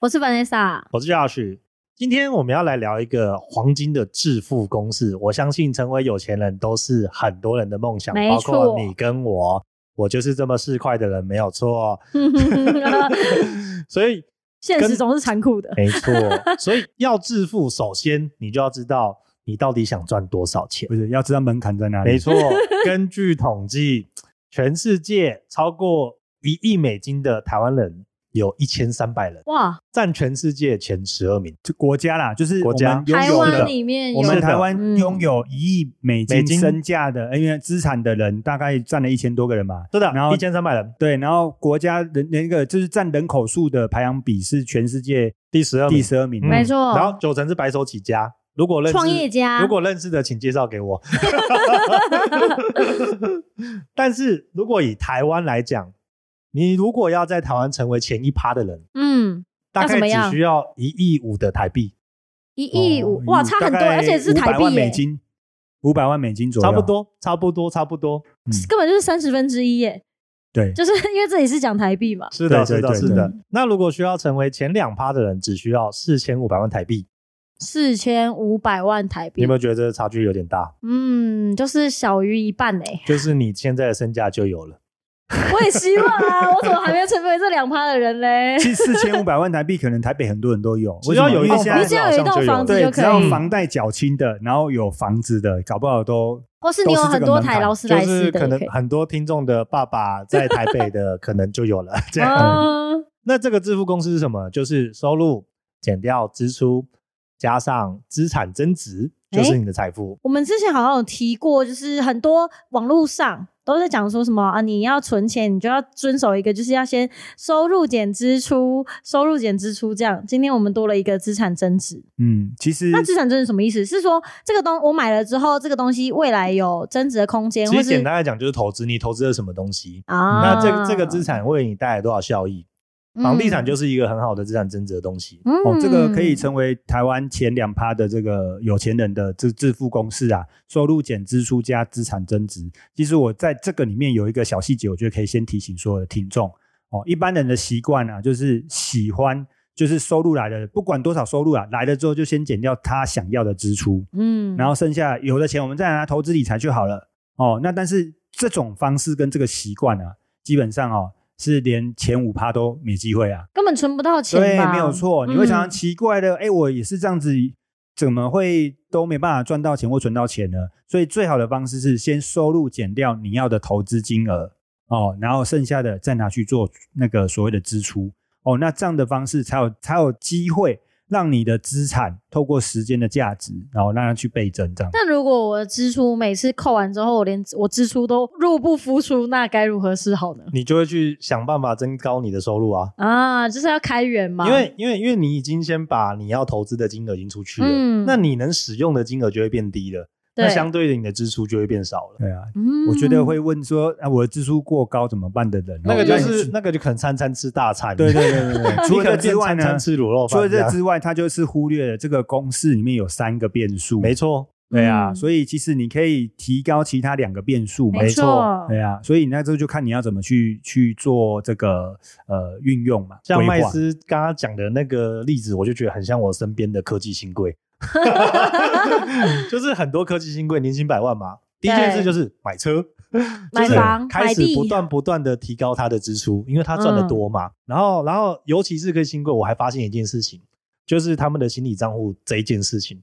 我是 Vanessa，我是 Josh。今天我们要来聊一个黄金的致富公式。我相信成为有钱人都是很多人的梦想，没包错括你跟我，我就是这么市侩的人，没有错。哦所以现实总是残酷的。没错，所以要致富，首先你就要知道你到底想赚多少钱不。是要知道门槛在哪里？ 没错，根据统计，全世界超过一亿美金的台湾人有一千三百人，哇，占全世界前十二名。就国家啦，就是国家我们台拥有湾的，里面我有们是的台湾嗯拥有一亿美美金金身价的，呃因为资产的人大概占了一千多个人吧。是的，然后一千三百人，对，然后国家人那个就是占人口数的排行比是全世界第十二名，第十二名，没错然后九成是白手起家，如果认识哦创业家如果认识的请介绍 给我。但是如果以台湾来讲，你如果要在台湾成为前一趴的人，嗯，大要概怎么只样需要一亿五的台币，一亿哦五，哇，差很多，而且是台500币万耶美，金，五百万美金左右，差不。多，差不多，差不多。根本就是三十分之一耶，对，就是因为这里是讲台币嘛。是的，对是的，对是对的。那如果需要成为前两趴的人，只需要四千五百万台币，四千五百万台你币有没，有觉得这个差距有点大？嗯，就是小于一半哎。就是你现在的身价就有了。 我也希望啊，我怎么还没有成为这两趴的人嘞？其实四千五百万台币，可能台北很多人都有，只要有为一栋什么因为现房在哦你只要子，好有一栋像就有房了子对，就可只要以房贷缴清的，然后有房子的，搞不好都或是你 有很多台劳斯就莱斯是的可也能啊可以，很多听众的爸爸在台北 的，可能就有了这样。嗯，那这个致富公式是什么？就是收入减掉支出，加上资产增值，就是你的财富。我们之前好像有提过，就是很多网络上都在讲说什么啊，你要存钱，你就要遵守一个，就是要先收入减支出，收入减支出这样。今天我们多了一个资产增值，嗯，其实那资产增值什么意思？是说这个东我买了之后，这个东西未来有增值的空间，其或实简是单来讲，就是投资，你投资了什么东西，啊，嗯那这这个资产为你带来多少效益？房地产是就是一个很好的资产增值的东西。嗯哦，这个可以成为台湾前两趴的这个有钱人的致致富公式啊，收入减支出加资产增值。其实我在这个里面有一个小细节，我觉得可以先提醒所有的听众哦。一般人的习惯啊，就是喜欢就是收入来了，不管多少收入啊，来了之后就先减掉他想要的支出，嗯，然后剩下有的钱我们再拿来投资理财就好了哦。那但是这种方式跟这个习惯啊，基本上哦是连前五趴都没机会啊。根本存不到钱对，吧没有错，你会常常嗯奇怪的，哎、我也是这样子，怎么会都没办法赚到钱或存到钱呢？所以最好的方式是先收入减掉你要的投资金额哦，然后剩下的再拿去做那个所谓的支出哦，那这样的方式才有才有机会让你的资产透过时间的价值，然后让它去倍增，这样。但如果我的支出每次扣完之后，我连我支出都入不敷出，那该如何是好呢？你就会去想办法增高你的收入啊，啊，就是要开源嘛，因为因为因为你已经先把你要投资的金额已经出去了，嗯那你能使用的金额就会变低了，那对，相对的你的支出就会变少了。对啊，嗯我觉得会问说，啊，我的支出过高怎么办的人哦，那个就你是那个就可能餐餐吃大餐，对对 对对对，你除可了这能之变外餐呢，餐吃卤肉除了饭这这样，之外，它就是忽略了这个公式里面有三个变数。没错，对啊，嗯所以其实你可以提高其他两个变数嘛。没错对啊，所以那这就看你要怎么去去做这个呃运用嘛，像规划麦斯刚刚讲的那个例子，我就觉得很像我身边的科技 新贵，就是很多科技新贵年薪百万嘛。第一件事就是买车，买房就是开买始地嗯不断不断的提高他的支出，因为他赚的多嘛。然后，然后尤其是科技新贵，我还发现一件事情，就是他们的心理账户这一件事情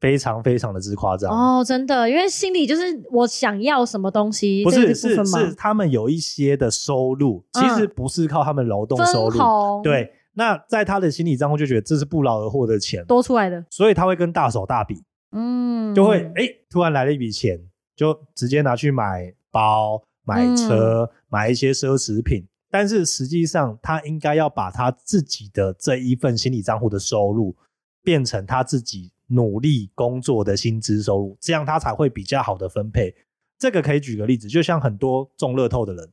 非常非常的之夸张。哦，真的，因为心里就是我想要什么东西，不这是个部是分嘛是，他们有一些的收入，其实不是靠他们劳动收分入，红，，对。那在他的心理账户就觉得这是不劳而获的钱，多出来的，所以他会跟大手大笔，嗯，就会哎、诶突然来了一笔钱，嗯就直接拿去买包、买车、买一些奢侈品。但是实际上，他应该要把他自己的这一份心理账户的收入，变成他自己努力工作的薪资收入，这样他才会比较好的分配。这个可以举个例子，就像很多中乐透的人，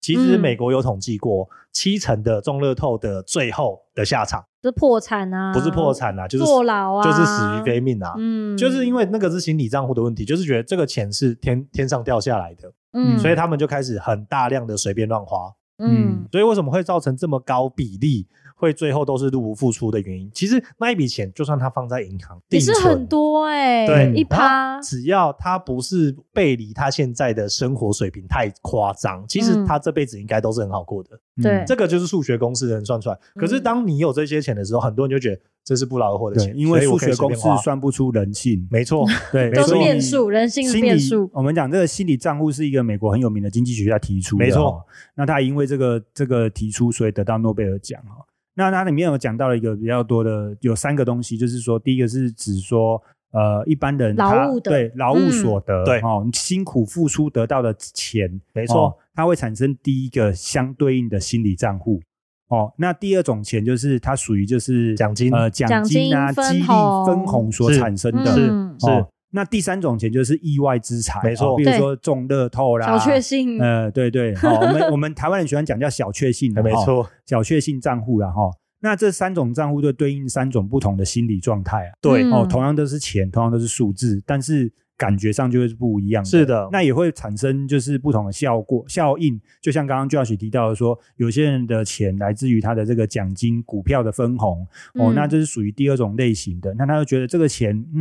其实嗯美国有统计过，七成的中乐透的最后的下场就是破产啊，不是破、产啊，就是坐牢啊，就是死于非命啊。嗯，就是因为那个是心理账户的问题，就是觉得这个钱是天天上掉下来的，嗯，所以他们就开始很大量的随便乱花。嗯所以为什么会造成这么高比例会最后都是入不敷出的原因？其实那一笔钱就算它放在银行也定是存，很多哎、对一趴它，只要它不是背离它现在的生活水平太夸张，其实嗯它这辈子应该都是很好过的。对这个就是数学公式能算出来。可嗯是当你有这些钱的时候，很多人就觉得这是不劳而获的对，钱，因为所以数我可以学随公便式花算不出人性。没 错，对，没都是所以变数，人性是心变理数，我们讲这个心理账户是一个美国很有名的经济学家提出的、没错哦。那他因为这个这个提出，所以得到诺贝尔奖哦。那它里面有讲到了一个比较多的，有三个东西，就是说，第一个是指说，呃，一般人他劳务的嗯对劳务所得，对哦，辛苦付出得到的钱，没没错。它会产生第一个相对应的心理账户。哦，那第二种钱就是它属于就是奖金呃奖金啊、奖金分激励、红分红所是产生的，是嗯是哦。那第三种钱就是意外之财，没错哦比如说中乐透啦，小确幸，嗯呃，对对，好，我们我 们台湾人喜欢讲叫小确幸，没哦，错，小确幸账户啦，哈、哦那这三种账户就对应三种不同的心理状态啊，对嗯哦，同样都是钱，同样都是数字，但是感觉上就会是不一样的。是的那也会产生就是不同的效果效应。就像刚刚 Josh 提到的说，有些人的钱来自于他的这个奖金、股票的分红，哦，嗯那这是属于第二种类型的。那他就觉得这个钱，嗯，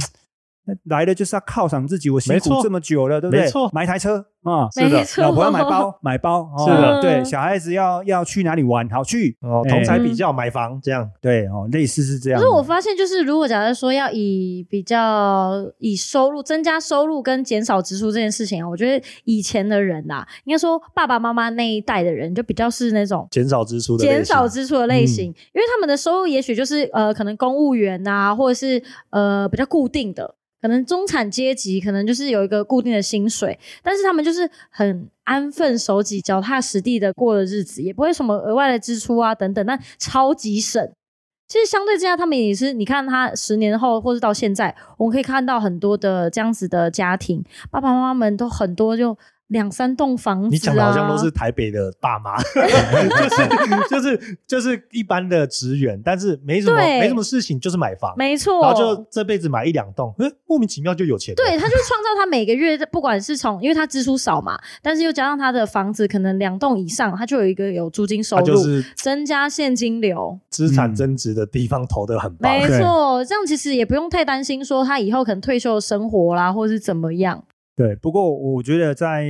那来了就是要犒赏自己，我辛没错苦这么久了，对不对？没错买台车啊。是的没错老婆要买包，买包，哦、是的对，小孩子要要去哪里玩，好去，哦，哎同财嗯比较买房这样，对，哦，类似是这样可的。是我发现，就是如果假设说要以比较以收入增加收入跟减少支出这件事情啊，我觉得以前的人呐、应该说爸爸妈妈那一代的人，就比较是那种减少支出的类型，嗯减少支出的类型，因为他们的收入也许就是呃，可能公务员呐、或者是呃比较固定的，可能中产阶级可能就是有一个固定的薪水，但是他们就是很安分守己、脚踏实地的过的日子，也不会什么额外的支出啊等等，那超级省。其实相对之下，他们也是，你看他十年后或是到现在，我们可以看到很多的这样子的家庭，爸爸妈妈们都很多就两三栋房子、啊，你讲的好像都是台北的爸妈， 就是就是就是一般的职员，但是没什么对没什么事情，就是买房，没错，然后就这辈子买一两栋，嗯，莫名其妙就有钱了。对，他就创造他每个月的，不管是从，因为他支出少嘛，但是又加上他的房子可能两栋以上，他就有一个有租金收他入，就是增加现金流。资产增值的地方投的很棒，嗯没对错，这样其实也不用太担心说他以后可能退休的生活啦，或是怎么样。对，不过我觉得在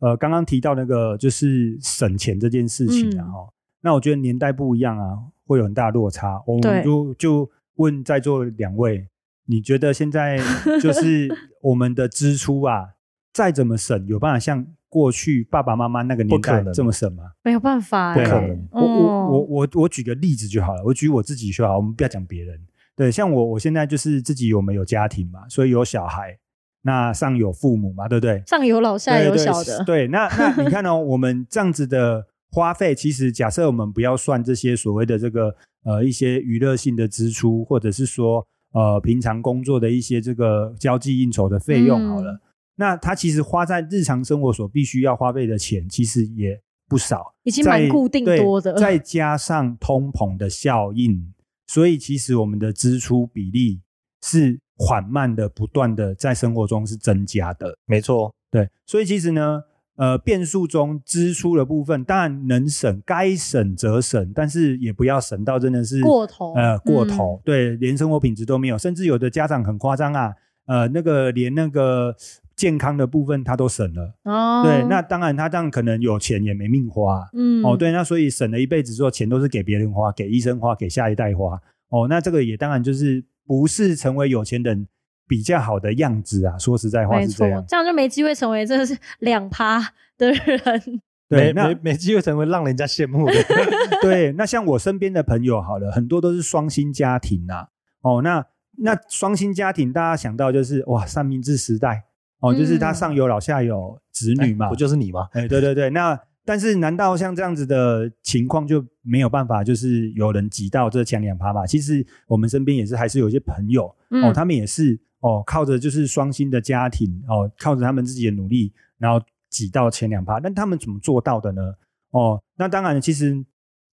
呃刚刚提到那个就是省钱这件事情啊，嗯哈、那我觉得年代不一样啊，会有很大落差。我对们就就问在座两位，你觉得现在 就是我们的支出啊，再怎么省，有办法像过去爸爸妈妈那个年不代可能这么省吗？没有办法、欸，不可能我我我嗯我我举个例子就好了，我举我自己就好，我们不要讲别人。对，像我我现在就是自己我们有家庭嘛，所以有小孩，那上有父母嘛，对不对？上有老下对有对小的，对，那那你看哦，我们这样子的花费，其实假设我们不要算这些所谓的这个呃一些娱乐性的支出，或者是说呃平常工作的一些这个交际应酬的费用好了，嗯那它其实花在日常生活所必须要花费的钱，其实也不少，已经蛮再固定对多的。再加上通膨的效应，所以其实我们的支出比例是缓慢的、不断的在生活中是增加的。没错，对，所以其实呢，呃，变数中支出的部分，当然能省，该省则省，但是也不要省到真的是过嗯头呃，过头，对，连生活品质都没有，甚至有的家长很夸张啊，呃，那个连那个健康的部分他都省了，哦，对，那当然他这样可能有钱也没命花、嗯，哦，，对，那所以省了一辈子之后，钱都是给别人花，给医生花，给下一代花，哦，那这个也当然就是不是成为有钱人。比较好的样子啊，说实在话没是错这样，，这样就没机会成为这是两趴的人。对，没那没没机会成为让人家羡慕的。对，那像我身边的朋友好了，很多都是双薪家庭呐、哦，那那双薪家庭，大家想到就是哇，三明治时代哦，就是他嗯上有老下有子女嘛。不就是你吗？哎，对对对，那但是难道像这样子的情况就没有办法，就是有人挤到这前两趴嘛？其实我们身边也是还是有一些朋友嗯哦，他们也是哦，靠着就是双薪的家庭哦，靠着他们自己的努力，然后挤到前两趴。那他们怎么做到的呢？哦，那当然，其实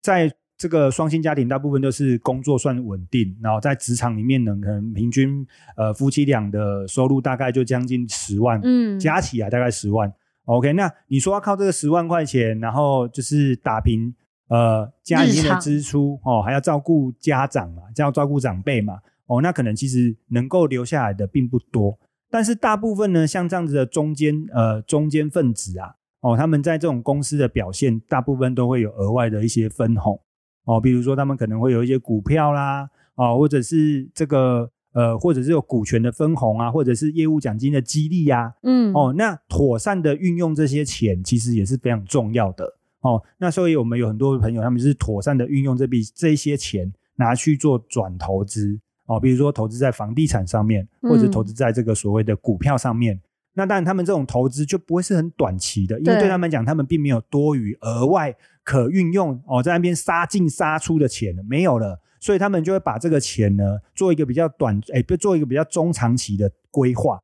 在这个双薪家庭，大部分都是工作算稳定，然后在职场里面呢，可能平均呃夫妻俩的收入大概就将近十万，嗯，加起来大概十万。OK，那你说要靠这个十万块钱，然后就是打平呃家里面日的常支出哦，还要照顾家长嘛，这样照顾长辈嘛，哦，那可能其实能够留下来的并不多。但是大部分呢，像这样子的中间呃中间分子啊，哦，他们在这种公司的表现，大部分都会有额外的一些分红哦，比如说他们可能会有一些股票啦，哦，或者是这个呃，或者是有股权的分红啊，或者是业务奖金的激励呀、嗯哦，那妥善的运用这些钱，其实也是非常重要的哦。那所以我们有很多朋友，他们是妥善的运用这笔这些钱，拿去做转投资哦，比如说投资在房地产上面，或者嗯投资在这个所谓的股票上面。那当然，他们这种投资就不会是很短期的，因为对对他们讲，他们并没有多余额外可运用哦，在那边杀进杀出的钱没有了，所以他们就会把这个钱呢做一个比较短，哎，不做一个比较中长期的规划。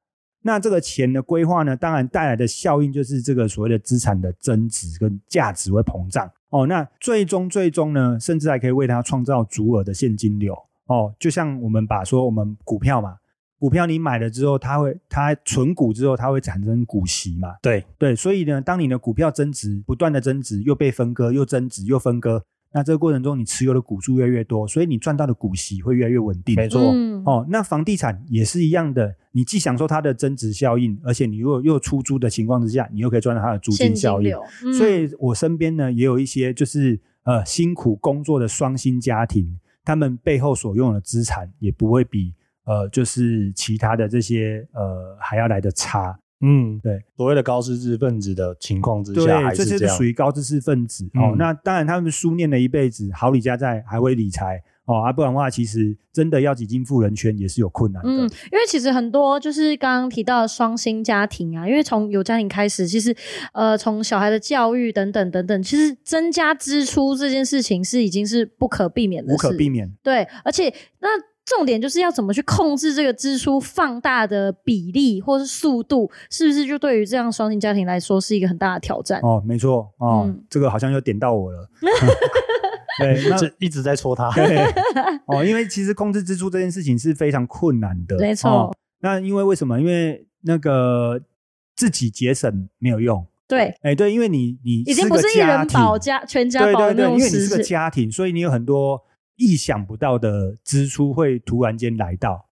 那这个钱的规划呢，当然带来的效应就是这个所谓的资产的增值跟价值会膨胀哦。那最终最终呢，甚至还可以为它创造足额的现金流哦。就像我们把说我们股票嘛，股票你买了之后，它会它存股之后，它会产生股息嘛，对对，所以呢，当你的股票增值，不断的增值，又被分割，又增值，又分割，那这个过程中你持有的股数越来越多，所以你赚到的股息会越来越稳定。没错嗯哦，那房地产也是一样的，你既享受它的增值效应，而且你如果又出租的情况之下，你又可以赚到它的租现金金效应。流，嗯所以我身边呢也有一些就是呃辛苦工作的双薪家庭，他们背后所拥有的资产也不会比呃就是其他的这些呃还要来的差。嗯，对，所谓的高知识分子的情况之下，还对，这是些是这样属。于高知识分子、哦嗯。那当然，他们书念了一辈子，好李家在，还会理财哦，啊，不然的话，其实真的要挤进富人圈也是有困难的。嗯，因为其实很多就是刚刚提到的双薪家庭啊，因为从有家庭开始，其实呃，从小孩的教育等等等等，其实增加支出这件事情是已经是不可避免的无事，可避免，对，而且那重点就是要怎么去控制这个支出放大的比例或是速度，是不是就对于这样双薪家庭来说是一个很大的挑战？哦，没错哦，嗯这个好像又点到我了。对， 那这一直在戳他，对哦，因为其实控制支出这件事情是非常困难的，没错哦那因为为什么？因为那个自己节省没有用，对，哎，对，因为你你已经是不个是一家人庭保家全家对保对的那对，因种为你实是个事，家庭，所以你有很多意想不到的支出会突然间来到。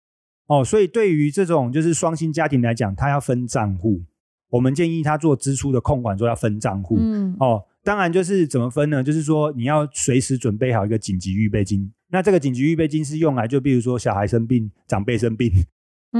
哦，所以对于这种就是双薪家庭来讲，他要分账户，我们建议他做支出的控管，说要分账户。嗯，哦，当然就是怎么分呢？就是说你要随时准备好一个紧急预备金。那这个紧急预备金是用来就比如说小孩生病、长辈生病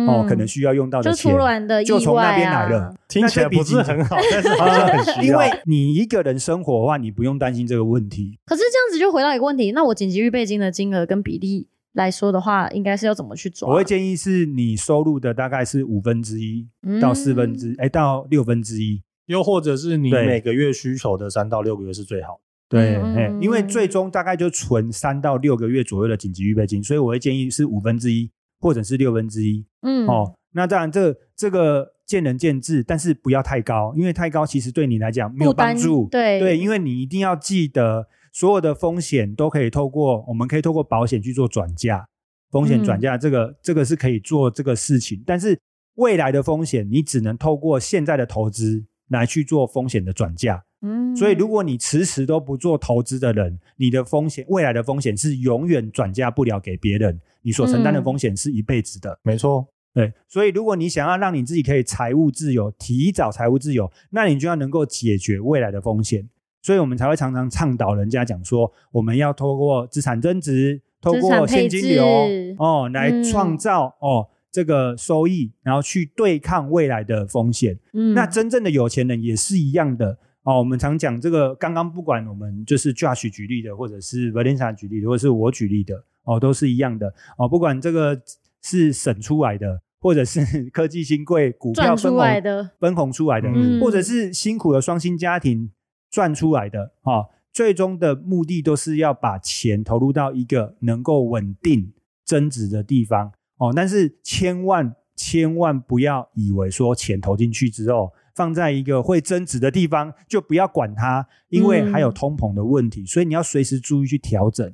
哦，可能需要用到的嗯就钱。突然的意就外、啊、从那边来了，呃听起来不是很好，但是啊 好像很需 因要。为你一个人生活的话，你不用担心这个问题。可是这样子就回到一个问题，那我紧急预备金的金额跟比例来说的话，应该是要怎么去抓？我会建议是你收入的大概是五分之一嗯到四分之，哎、到六分之一。又或者是你对每个月需求的三到六个月是最好的。对，嗯哎嗯因为嗯最终大概就存三到六个月左右的紧急预备金，所以我会建议是五分之一或者是六分之一。嗯哦，那当然这这个见仁见智，但是不要太高，因为太高其实对你来讲没有负担帮助。对因为你一定要记得，所有的风险都可以透过，我们可以透过保险去做转嫁，风险嗯转嫁这个、这个是可以做这个事情，但是未来的风险你只能透过现在的投资来去做风险的转嫁。嗯所以如果你迟迟都不做投资的人，你的风险未来的风险是永远转嫁不了给别人，你所承担的嗯风险是一辈子的。没错，对，所以如果你想要让你自己可以财务自由，提早财务自由，那你就要能够解决未来的风险。所以我们才会常常倡导人家讲说，我们要透过资产增值，透资产过现配金流置哦，来嗯创造、哦这个收益，然后去对抗未来的风险。嗯那真正的有钱人也是一样的哦。我们常讲这个，刚刚不管我们就是 Josh 举例的，或者是 Valentina 举例的，或者是我举例的哦，都是一样的哦。不管这个是省出来的，或者是 科技新贵股票分赚出红来的，分红出来的，嗯或者是辛苦的双薪家庭赚出来的啊、哦，最终的目的都是要把钱投入到一个能够稳定增值的地方哦。但是千万千万不要以为说钱投进去之后放在一个会增值的地方就不要管它，因为还有嗯通膨的问题，所以你要随时注意去调整。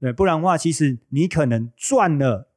对，不然的话，其实你可能赚了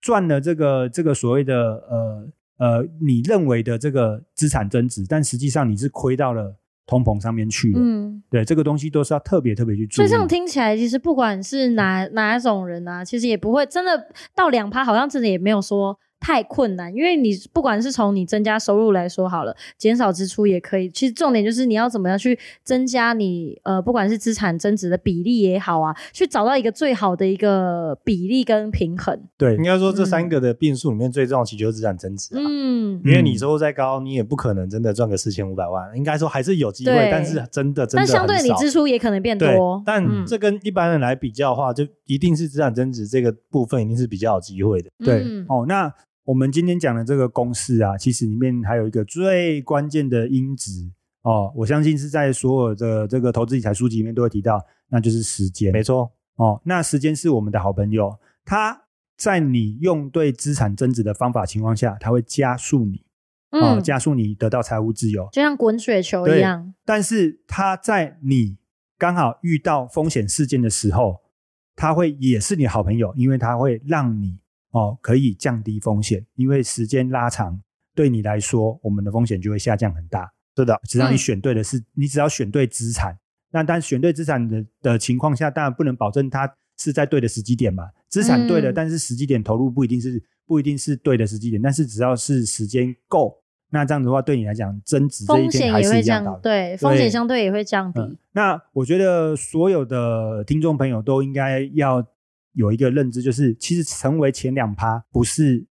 赚了这个这个所谓的呃呃你认为的这个资产增值，但实际上你是亏到了通膨上面去了。嗯，对，这个东西都是要特别特别去注所意以。这样听起来，其实不管嗯是哪哪种人啊，其实也不会真的到两趴，好像真的也没有说太困难，因为你不管是从你增加收入来说好了，减少支出也可以。其实重点就是你要怎么样去增加你呃，不管是资产增值的比例也好啊，去找到一个最好的一个比例跟平衡。对应，该说这三个的变数里面最重要，其实就是资产增值啊。嗯，因为你收入再高，你也不可能真的赚个四千五百万，应该说还是有机会对，但是真的真但的相对很你少支出也可能变对多，。但嗯这跟一般人来比较的话，就一定是资产增值这个部分一定是比较有机会的。对，嗯哦，那我们今天讲的这个公式啊，其实里面还有一个最关键的因子哦，我相信是在所有的这个投资理财书籍里面都会提到，那就是时间。没错，哦，那时间是我们的好朋友，它在你用对资产增值的方法情况下，它会加速你哦，嗯，加速你得到财务自由。就像滚雪球一对样，但是它在你刚好遇到风险事件的时候，它会也是你的好朋友，因为它会让你哦可以降低风险，因为时间拉长对你来说，我们的风险就会下降很大。是的，只要你嗯选对的是，你只要选对资产，那但选对资产的的情况下，当然不能保证它是在对的时机点嘛。资产对了，嗯但是时机点投入不一定是不一定是对的时机点，但是只要是时间够，那这样子的话，对你来讲增值这一风险天还也是会一样高降，的。对，风险对相对也会降低。嗯，那我觉得所有的听众朋友都应该要有一个认知，就是其实成为前两趴不是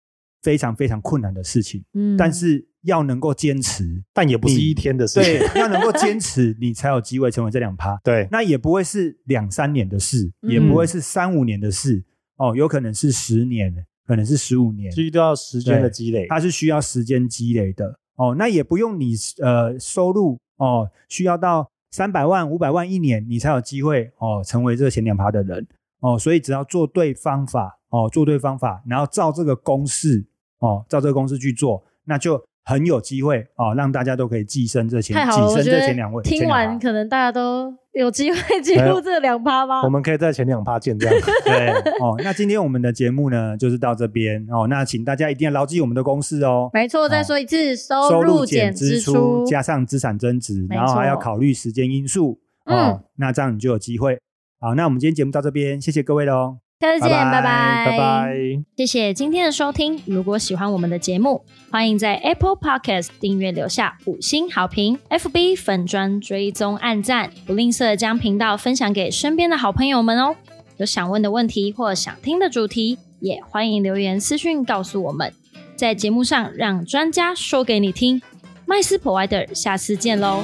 非常非常困难的事情，嗯，但是要能够坚持，但也不是一天的事情。对， 要能够坚持，你才有机会成为这两趴。对，那也不会是两三年的事，也嗯不会是三五年的事哦，有可能是十年，可能是十五年，需要时间的积累。它是需要时间积累的哦。那也不用你呃收入哦，需要到三百万、五百万一年，你才有机会哦成为这个前两趴的人哦。所以只要做对方法哦，做对方法，然后照这个公式哦，照这个公式去做，那就很有机会哦，让大家都可以跻身这前太好了，跻我身觉这得前两位。听前两完趴可能大家都有机会进没入有这两趴吗我？们可以在前两趴见 这样。对，哦，那今天我们的节目呢，就是到这边哦。那请大家一定要牢记我们的公式哦。没错，再哦说一次，收收入减减支支出加上资产增值，没然后还要错嗯考虑时间因素哦，那这样你就有机会。好，那我们今天节目到这边，谢谢各位喽，下次见，拜拜拜。谢谢今天的收听。如果喜欢我们的节目，欢迎在 Apple Podcast 订阅留下五星好评，FB 粉砖追踪按赞，不吝啬将频道分享给身边的好朋友们哦。有想问的问题或想听的主题，也欢迎留言私讯告诉我们，在节目上让专家说给你听。麦斯 Provider，下次见喽。